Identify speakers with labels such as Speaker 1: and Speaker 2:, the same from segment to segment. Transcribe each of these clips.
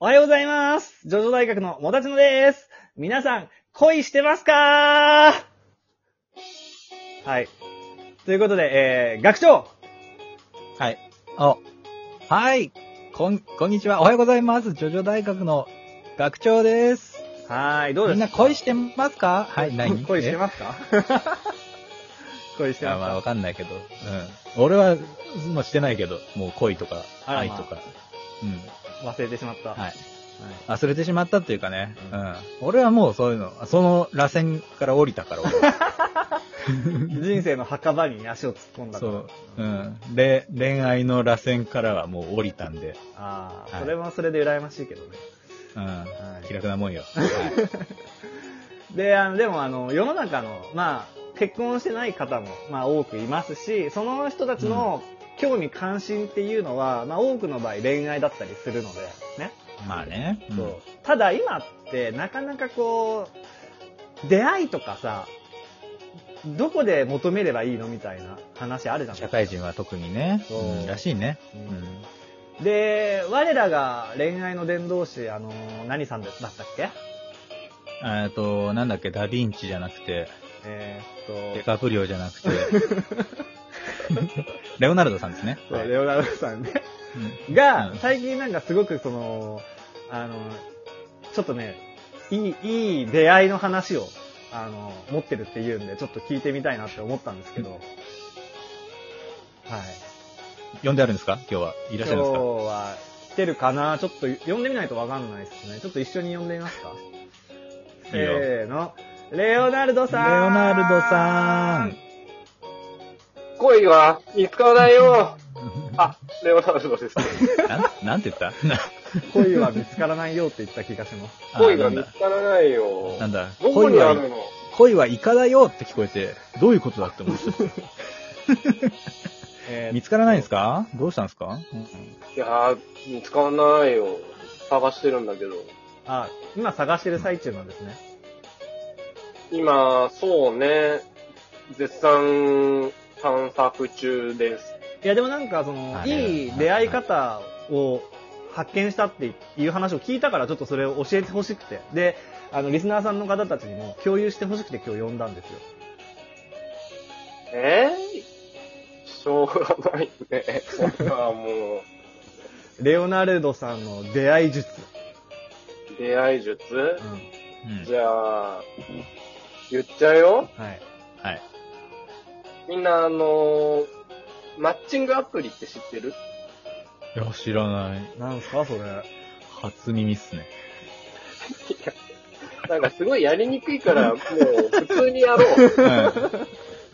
Speaker 1: おはようございます。ジョジョ大学のもたちのです。皆さん、恋してますかはい。ということで、えー、学長
Speaker 2: はい。お。はい。こん、こんにちは。おはようございます。ジョジョ大学の学長です。
Speaker 1: はーい、どうで
Speaker 2: み
Speaker 1: す
Speaker 2: んな恋してますか はい、何
Speaker 1: 恋して
Speaker 2: ま
Speaker 1: ますか恋して
Speaker 2: す あまあ、
Speaker 1: ま
Speaker 2: わ
Speaker 1: すか
Speaker 2: かんないけど。うん。 俺は、もうしてないけど、もう恋とか、
Speaker 1: あらまあ
Speaker 2: 愛とか。うん。
Speaker 1: 忘れてしまった。
Speaker 2: はい。
Speaker 1: はい
Speaker 2: 忘れてしまったっていうかね。
Speaker 1: う
Speaker 2: うんん。俺はもうそういうの、その螺旋から降りたから、俺は
Speaker 1: 人生の墓場に足を突っ込んだ
Speaker 2: そ
Speaker 1: と
Speaker 2: う。うん。で、恋愛の螺旋からはもう降りたんで、
Speaker 1: ああ、
Speaker 2: はい
Speaker 1: それはそれで羨ましいけどね。
Speaker 2: うん。
Speaker 1: はい
Speaker 2: 気楽なもん よ。はい
Speaker 1: で、あの、でもあの、世の中の、まあ、結婚してない方も、まあ、多くいますし、その人たちの興味関心っていうのは、まあ、多くの場合恋愛だったりするので、ね。
Speaker 2: まあね。うん
Speaker 1: そう。ただ、今って、なかなかこう、出会いとかさ、どこで求めればいいのみたいな話あるじゃん。
Speaker 2: 社会人は特にね、
Speaker 1: そう
Speaker 2: うんらしいね。
Speaker 1: う
Speaker 2: うんん。
Speaker 1: で、我らが恋愛の伝道師、あの、何さんだったっけ
Speaker 2: えっと、なんだっけ、ダヴィンチじゃなくて、
Speaker 1: え
Speaker 2: デ
Speaker 1: ー、っと、
Speaker 2: カプリオじゃなくて、レオナルドさんですね。
Speaker 1: そう
Speaker 2: はい
Speaker 1: レオナルドさんね。
Speaker 2: うん
Speaker 1: が、
Speaker 2: うん
Speaker 1: 最近なんかすごくその、あの、ちょっとね、いい、いい出会いの話を、あの、持ってるっていうんで、ちょっと聞いてみたいなって思ったんですけど、はい。
Speaker 2: 呼んであるんですか今日は。いら
Speaker 1: 今日
Speaker 2: っしゃるんですか
Speaker 1: は来てるかなちょっと呼んでみないとわかんないですね。ちょっと一緒に呼んでみますか
Speaker 2: いいよ
Speaker 1: せーの。レオナルド
Speaker 2: レオ
Speaker 1: さん
Speaker 2: ナルドさん。
Speaker 3: 恋は見つからないよ。あ、レオナルドです。
Speaker 2: なん、なんて言った
Speaker 1: 恋は見つからないよって言った気がします。
Speaker 2: あ
Speaker 3: 恋
Speaker 2: な
Speaker 3: が
Speaker 2: ん
Speaker 3: 見
Speaker 2: だ
Speaker 3: つ。からないよ。
Speaker 2: なんだ。
Speaker 3: どこ
Speaker 2: 恋
Speaker 3: にある
Speaker 2: は、
Speaker 3: の
Speaker 2: 恋はイカだよって聞こえて、どういうことだって思って。
Speaker 1: えー
Speaker 2: 見つからないんですかどうしたんですか
Speaker 3: いやー、見つからないよ。探してるんだけど。
Speaker 1: あ、今探してる最中なんですね。
Speaker 3: 今、そうね、絶賛探索中です。
Speaker 1: いや、でもなんか、その、
Speaker 2: あ
Speaker 1: いい出会い方を発見したっていう話を聞いたから、ちょっとそれを教えてほしくて。で、あの、リスナーさんの方たちにも共有してほしくて今日呼んだんですよ。
Speaker 3: えー、しょうがないね。そんなも
Speaker 1: レオナルドさんの出会い術。
Speaker 3: う、出会い術
Speaker 1: うん。
Speaker 2: うん
Speaker 3: じゃあ、言っちゃうよ。
Speaker 1: はい。
Speaker 2: はい。
Speaker 3: みんな、あのーマッチングアプリって知ってる
Speaker 2: いや、知らない。
Speaker 1: なんすか、それ。
Speaker 2: 初耳っすね。
Speaker 3: なんかすごいやりにくいから、もう普通にやろう。
Speaker 2: うん。わかり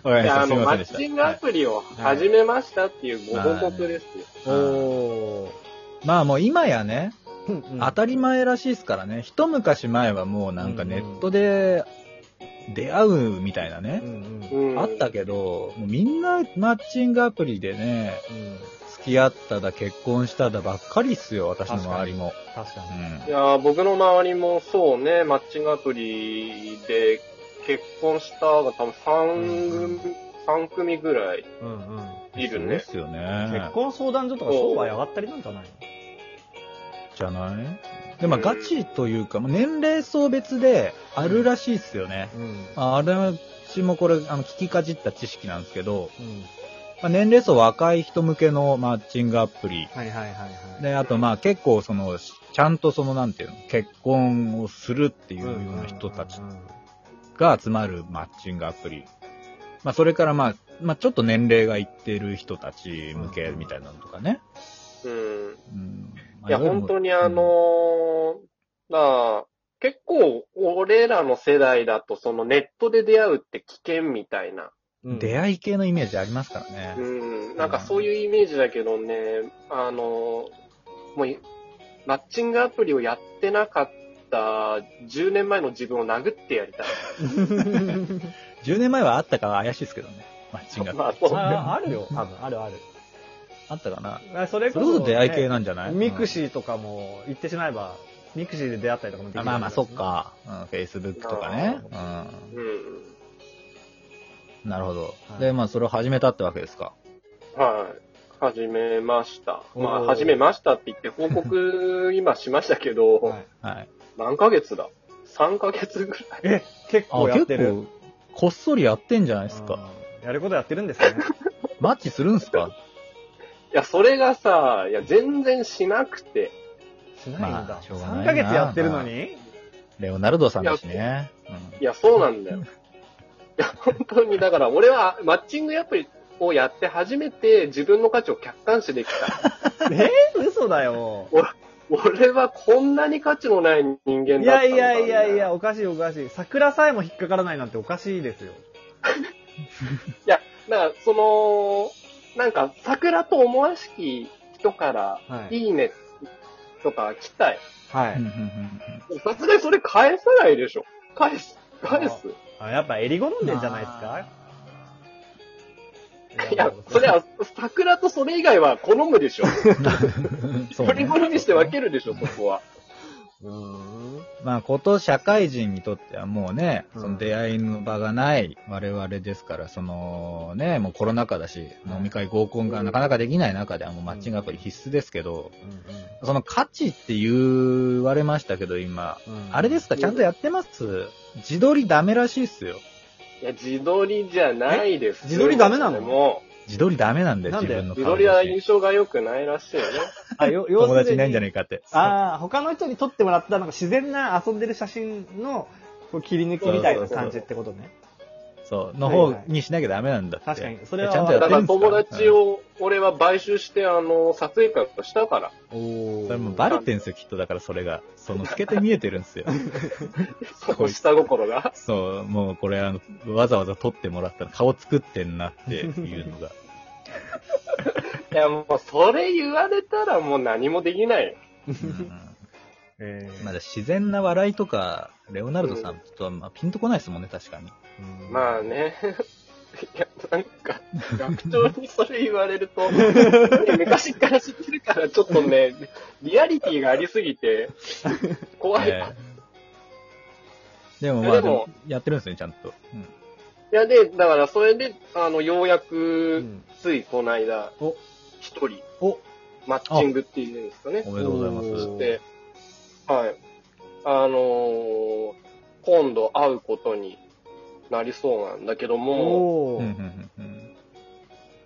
Speaker 2: まし
Speaker 3: いや
Speaker 2: た。
Speaker 3: あ
Speaker 2: すい
Speaker 3: の、
Speaker 2: ま
Speaker 3: マ
Speaker 2: せんでした。
Speaker 3: ッチングア
Speaker 2: はい
Speaker 3: プリを始めましたっていうご報告ですよ。
Speaker 1: おー。
Speaker 2: まあもう今やね、
Speaker 1: うんうん
Speaker 2: 当たり前らしいですからね、一昔前はもうなんかネットで出会うみたいな
Speaker 1: う
Speaker 2: ね、
Speaker 1: んうん。
Speaker 3: うん
Speaker 2: あったけど、もうみんなマッチングアプリでね、
Speaker 1: うん。
Speaker 2: 付き合っただ、結婚しただばっかりっすよ、私の周りも。
Speaker 1: 確か
Speaker 2: う
Speaker 1: に。
Speaker 2: ん
Speaker 3: いや僕の周りもそうね、マッチングアプリで結婚したが多分3組、三組ぐらい
Speaker 1: うんうん。
Speaker 3: いる
Speaker 2: そうっ
Speaker 3: ね。
Speaker 2: すよね。
Speaker 1: 結婚相談所とか商売上がったりなんじゃない
Speaker 2: じゃないで、まあガチというか、まあ年齢層別であるらしいっすよね。
Speaker 1: のうん。
Speaker 2: ああれ私もこれ、あの、聞きかじった知識なんですけど、
Speaker 1: うん。
Speaker 2: まあ、年齢層若い人向けのマッチングアプリ。
Speaker 1: はいはいはいはい。
Speaker 2: で、あとまあ結構その、しちゃんとそのなんていうの、結婚をするっていうような人たち
Speaker 1: うんうんうん
Speaker 2: が集まるマッチングアプリ。まあそれからまあ、まあちょっと年齢がいってる人たち向けみたいなのとかね。
Speaker 3: うん。
Speaker 2: うん。まあ
Speaker 3: いや、
Speaker 2: わゆる
Speaker 3: 本当にあ、のー、なあ、結構俺らの世代だとそのネットで出会うって危険みたいな。
Speaker 2: うん
Speaker 1: 出会
Speaker 2: 出
Speaker 1: い
Speaker 2: 会い系のイメージありますからね。
Speaker 3: うん、なんかそういうイメージだけどね、あの、もうい、マッチングアプリをやってなかった10年前の自分を殴ってやりたい。
Speaker 2: 10年前はあったか怪しいですけどね。マッチングアプリ。
Speaker 3: まあそうね
Speaker 1: ああるよ、多分、あるある。
Speaker 2: あったかな。
Speaker 1: あそれこ
Speaker 2: それ
Speaker 1: そ、
Speaker 2: こそ出会い系なんじゃない、
Speaker 1: ミク
Speaker 2: シ
Speaker 1: シーとかも言ってしまえば、ミクシーで出会ったりとかもできる。
Speaker 2: まあまあそっ。か。うん、Facebook とかね。うん。
Speaker 3: うん。
Speaker 2: なるほど
Speaker 1: は。い
Speaker 2: で、まあ、それを始めたってわけですか。
Speaker 3: はい。始めました。ま
Speaker 1: お
Speaker 3: あ、
Speaker 1: ー
Speaker 3: 始めましたって言って報告今しましたけど、
Speaker 1: はい、
Speaker 2: はい。
Speaker 3: 何ヶ月だ ?3 ヶ月ぐらい。
Speaker 1: え、結
Speaker 2: あ
Speaker 1: 構、やっ
Speaker 2: 結
Speaker 1: てる。
Speaker 2: 構、こっそりやってんじゃないですか。
Speaker 1: うんやることやってるんですね。
Speaker 2: マッチするんすか
Speaker 3: いや、それがさ、いや、全然しなくて。
Speaker 1: しないん
Speaker 2: ま
Speaker 1: だ。
Speaker 2: あしょうがないな
Speaker 1: 3ヶ月やってるのに
Speaker 2: レオナルドさんだしね。うん
Speaker 3: いや、そうなんだよ。いや、本当に、だから俺はマッチングアプリをやって初めて自分の価値を客観視できた。
Speaker 1: え嘘だよ。
Speaker 3: 俺はこんなに価値のない人間
Speaker 1: い
Speaker 3: だ
Speaker 1: や
Speaker 3: ったの
Speaker 1: い
Speaker 3: か
Speaker 1: やいやいや、
Speaker 3: み
Speaker 1: おかしいおかしい。桜さえも引っかからないなんておかしいですよ。
Speaker 3: たいな。だから、その、なんか、桜と思わしき人から、
Speaker 1: はい。
Speaker 3: いいねとか来たい。
Speaker 1: は
Speaker 2: うんうん
Speaker 1: い。
Speaker 2: うん
Speaker 3: さすがにそれ返さないでしょ。返す。返す。
Speaker 1: あやっぱ襟好んでんじゃないですか
Speaker 3: いや、それは、桜とそれ以外は好むでしょ。
Speaker 2: そう
Speaker 3: 取
Speaker 2: ね
Speaker 3: り好みして分けるでしょ、そこは。
Speaker 1: うーん。
Speaker 2: まあ、こと社会人にとってはもうね、
Speaker 1: うん
Speaker 2: その出会いの場がない我々ですから、そのね、もうコロナ禍だし、
Speaker 1: はい
Speaker 2: 飲み会合コンがなかなかできない中ではもうマッチングアプリ必須ですけど、その価値って言われましたけど、今。あれですかちゃんとやってます自撮りダメらしいっすよ。
Speaker 3: いや、自撮りじゃないです。
Speaker 1: え自撮りダメなの
Speaker 3: も
Speaker 2: 自撮りダメなんで、
Speaker 1: なん
Speaker 2: 自
Speaker 1: で
Speaker 2: 分の
Speaker 3: 自
Speaker 2: 顔
Speaker 3: 撮りは印象が良くないらしい よね。
Speaker 1: あ、よ、要
Speaker 2: 友達いないんじゃ
Speaker 1: い
Speaker 2: ないかって。
Speaker 1: ああ、他の人に撮ってもらったなんか自然な遊んでる写真のこう切り抜きみたいな感じってことね。
Speaker 2: そう、の
Speaker 1: はい
Speaker 2: 方
Speaker 1: はい
Speaker 2: にしなきゃダメなんだって。
Speaker 1: 確かにそれは
Speaker 2: ちゃんとや
Speaker 3: だ
Speaker 2: って
Speaker 3: か
Speaker 2: るん
Speaker 3: ら
Speaker 2: ですか
Speaker 3: 友達、を、俺は買収して、あの、撮影会としたから。
Speaker 1: お
Speaker 2: うんそれもうバレてんすよ、きっと。だからそれが。その、透けて見えてるんですよ。
Speaker 3: そこ下心が。
Speaker 2: そう、もうこれあの、わざわざ撮ってもらったら顔作ってんなっていうのが。
Speaker 3: いや、もう、それ言われたらもう何もできない。
Speaker 2: うん
Speaker 1: えー
Speaker 2: まだ自然な笑いとか、レオナルドさんとはまあピンとこないですもんね、確かに。
Speaker 1: うん
Speaker 3: まあね。 いや、なんか、学長にそれ言われると、昔から知ってるから、ちょっとね、リアリティがありすぎて、怖 い。
Speaker 2: ええでもま
Speaker 3: いや
Speaker 2: あ、
Speaker 3: で
Speaker 2: で
Speaker 3: も
Speaker 2: もやってるんですね、ちゃんと。うん
Speaker 3: いや、で、だから、それで、あの、ようや
Speaker 1: う
Speaker 3: く、
Speaker 1: ん
Speaker 3: ついこの間
Speaker 1: お、
Speaker 3: 一人、
Speaker 1: お、
Speaker 3: マッチングっていうんですかね
Speaker 2: お。めでとうございま
Speaker 1: お
Speaker 2: す
Speaker 1: ー。
Speaker 3: で、はい。あのー今度会うことになりそうなんだけども、
Speaker 1: お
Speaker 2: うん
Speaker 1: ー。
Speaker 2: うんうんうん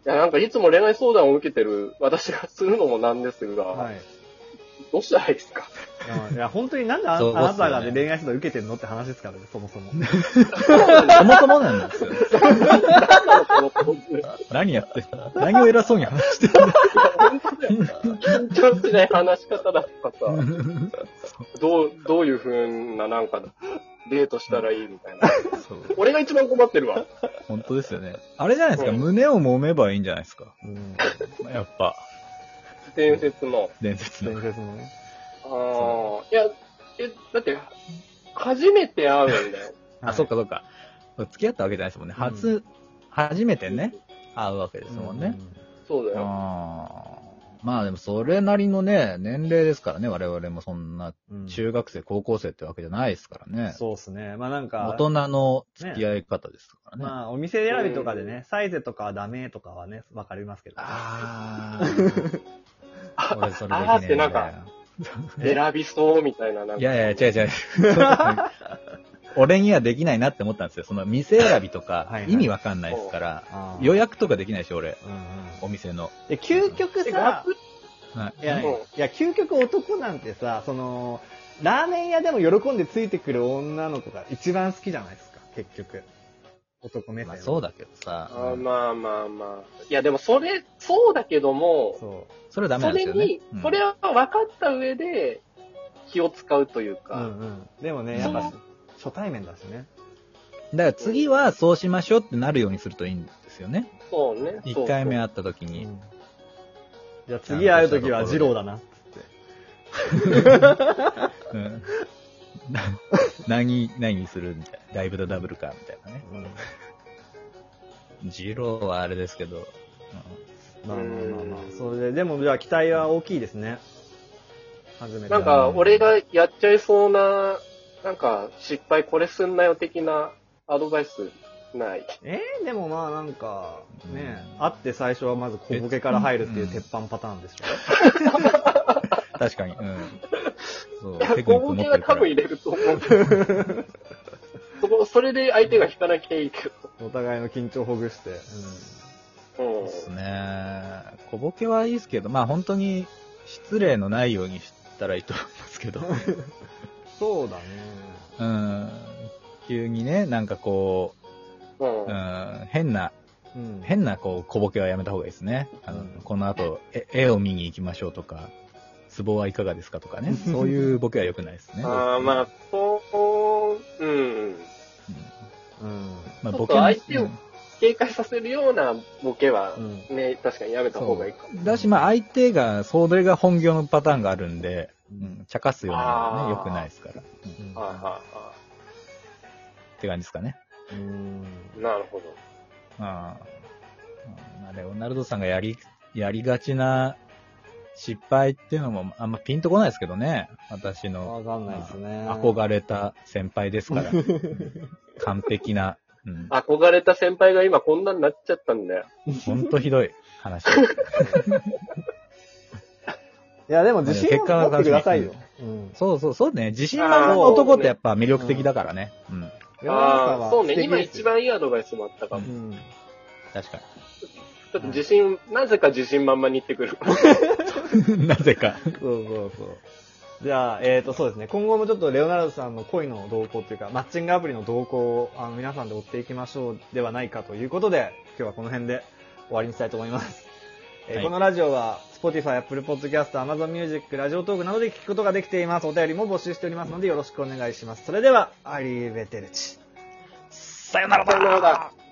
Speaker 3: いや、なんかいつも恋愛相談を受けてる私がするのもなんですが、
Speaker 1: はい。
Speaker 3: どうしたらいいですか
Speaker 1: いや、本当になんでああ
Speaker 2: そうっすよね
Speaker 1: なたがね恋愛指導受けてんのって話ですからね、そもそ も。
Speaker 2: そもそもなんですよ。
Speaker 3: 何なのこの構図
Speaker 2: 何やって何を偉そうに話してる
Speaker 3: 本当だよな緊張しない話し方だとかさ、
Speaker 2: んだ
Speaker 3: どう、どういう風ななんか、デートしたらいいみたいな。
Speaker 2: そう
Speaker 3: 俺が一番困ってるわ。
Speaker 2: 本当ですよね。あれじゃないですか、
Speaker 3: うん
Speaker 2: 胸を揉めばいいんじゃないですか。
Speaker 1: うん。
Speaker 2: やっぱ、
Speaker 3: 伝説の。
Speaker 2: 伝説の。
Speaker 1: 伝説のね。
Speaker 3: ああ、いや、え、だって、初めて会うんだよ。
Speaker 2: あ、そう
Speaker 1: か。
Speaker 2: かそうか。付き合ったわけじゃないですもんね。初、初めてね、会うわけですもんね。
Speaker 3: そうだよ。
Speaker 2: あーまあでもそれなりのね、年齢ですからね、我々もそんな
Speaker 1: うん。
Speaker 2: 中学生、高校生ってわけじゃないですからね。
Speaker 1: そうっすね。まあなん
Speaker 2: 大
Speaker 1: か、
Speaker 2: 人の付き合い方ですからね。
Speaker 1: まあお店選びとかでね、サイズとかはダメとかはね、わかりますけ ど。
Speaker 2: あー。俺それできねえんだよ
Speaker 3: あーってなんか選びそうみたいな、なんか。
Speaker 2: いやいや、違う違う。俺にはできないなって思ったんですよ。その店選びと
Speaker 1: はい
Speaker 2: か
Speaker 1: は、い
Speaker 2: 意味わかんないですから、
Speaker 1: あー
Speaker 2: 予。約とかできないでしょ、俺。
Speaker 1: うんうん。
Speaker 2: お店の。
Speaker 1: で、究極
Speaker 3: え
Speaker 1: さ
Speaker 3: 学、
Speaker 2: はい
Speaker 1: いや、い
Speaker 3: うん
Speaker 1: や、究極男なんてさ、その、ラーメン屋でも喜んでついてくる女の子が一番好きじゃないですか、結局。男目線
Speaker 2: ま
Speaker 1: は。
Speaker 2: あそうだけどさ、
Speaker 3: あーまあまあまあ。いや、でもそれ、そうだけども、
Speaker 1: そ
Speaker 2: それはダメ
Speaker 3: そ
Speaker 2: なんで
Speaker 3: れ
Speaker 2: すよね
Speaker 3: に。、それ
Speaker 2: は、
Speaker 3: は分かった上で、気を使うという
Speaker 1: う。うん
Speaker 3: か、
Speaker 1: うん。でもね、やっぱ、初対面だしね。
Speaker 2: だから次はそうしましょうってなるようにするといいんですよね。
Speaker 3: そうね。
Speaker 2: 一回目
Speaker 3: は。
Speaker 2: 会った時
Speaker 1: う
Speaker 2: に。
Speaker 1: んじゃあ次会うときは二郎だな。
Speaker 2: うん な何、何にするみたいな。ダイブとダブルか、みたいなね。
Speaker 1: うん
Speaker 2: ジローはあれですけど、うん
Speaker 1: まあまあまあまあ
Speaker 3: うん。
Speaker 1: それで、でもじゃあ期待は大きいですね。初めて。
Speaker 3: なんか、俺がやっちゃいそうな、なんか、失敗これすんなよ的なアドバイス、ない。
Speaker 1: えー、でもまあなんか、ね
Speaker 2: う、ん
Speaker 1: 会って最初はまず小ボケから入るっていう鉄板パターンでしょ。
Speaker 2: 確かに。うん。そう、
Speaker 3: いや、
Speaker 2: テクニ
Speaker 3: 小
Speaker 2: ック持
Speaker 3: ボ
Speaker 2: っ
Speaker 3: ケ
Speaker 2: て
Speaker 3: は
Speaker 2: るか
Speaker 3: 多
Speaker 2: ら
Speaker 3: 分。入れると思うけど。そこ、それで相手が引かなきゃいいけ
Speaker 1: お互いの緊張をほぐして。
Speaker 3: ど。うん
Speaker 2: そうっ。すね。小ボケはいいですけど、まあ本当に失礼のないようにしたらいいと思いますけど。
Speaker 1: そうだね。
Speaker 2: うん。急にね、なんかこ
Speaker 3: うん
Speaker 2: う、うん、変な、
Speaker 1: うん。
Speaker 2: 変なこう小ボケはやめた方がいいですね。あの
Speaker 1: うん
Speaker 2: この後え、絵を見に行きましょうとか、ツボはいかがですかとか ね、そういうボケは良くないですね。うん
Speaker 3: ああ、まあ、そう、うん。
Speaker 1: うん。
Speaker 2: まあ
Speaker 3: ちょっと
Speaker 2: の
Speaker 3: 相手を
Speaker 2: うん
Speaker 3: 警戒させるようなボケは
Speaker 1: う、ん。
Speaker 3: ね、確かにやめた方がいいかも。
Speaker 2: だし、まあ相手が、それが本業のパターンがあるんで、うん、茶化すようなのはね、
Speaker 3: あー
Speaker 2: 良くないですから。うんっ
Speaker 1: うん
Speaker 3: はいはいは
Speaker 2: て感じですかね。
Speaker 1: うん。
Speaker 3: い。なるほど。
Speaker 2: あまあ、レオナルドさんがやり、やりがちな失敗っていうのも、あんまピンとこないですけどね。私の、
Speaker 1: わかんないですね。
Speaker 2: 憧れた先輩です から。完璧な。うん。
Speaker 3: 憧れた先輩が今こんなになっちゃったんだよ。
Speaker 2: ほんとひどい話。
Speaker 1: いや、でも自信を持ってくださいよ。うん。
Speaker 2: そうそう、そうね。自信満々の男ってやっぱ魅力的だからね。うん。
Speaker 3: ああー、そうね。
Speaker 1: 世の中は
Speaker 3: 今
Speaker 1: 素敵です
Speaker 3: 一番いいアドバイスもあったか
Speaker 1: う
Speaker 3: も。
Speaker 1: ん。
Speaker 2: 確か
Speaker 3: ちょっと自信、なぜか自信満々に言ってくる。
Speaker 2: に。なぜか。
Speaker 1: そうそうそう。じゃあ、えっ、と、そうですね。今後もちょっとレオナルドさんの恋の動向というか、マッチングアプリの動向をあの皆さんで追っていきましょうではないかということで、今日はこの辺で終わりにしたいと思います。えー
Speaker 2: はい
Speaker 1: このラジオは、Spotify、Apple Podcast、Amazon Music、ラジオトークなどで聞くことができています。お便りも募集しておりますので、よろしくお願いします。それでは、アリーベテルチ。
Speaker 2: さよならだ
Speaker 3: さよならだ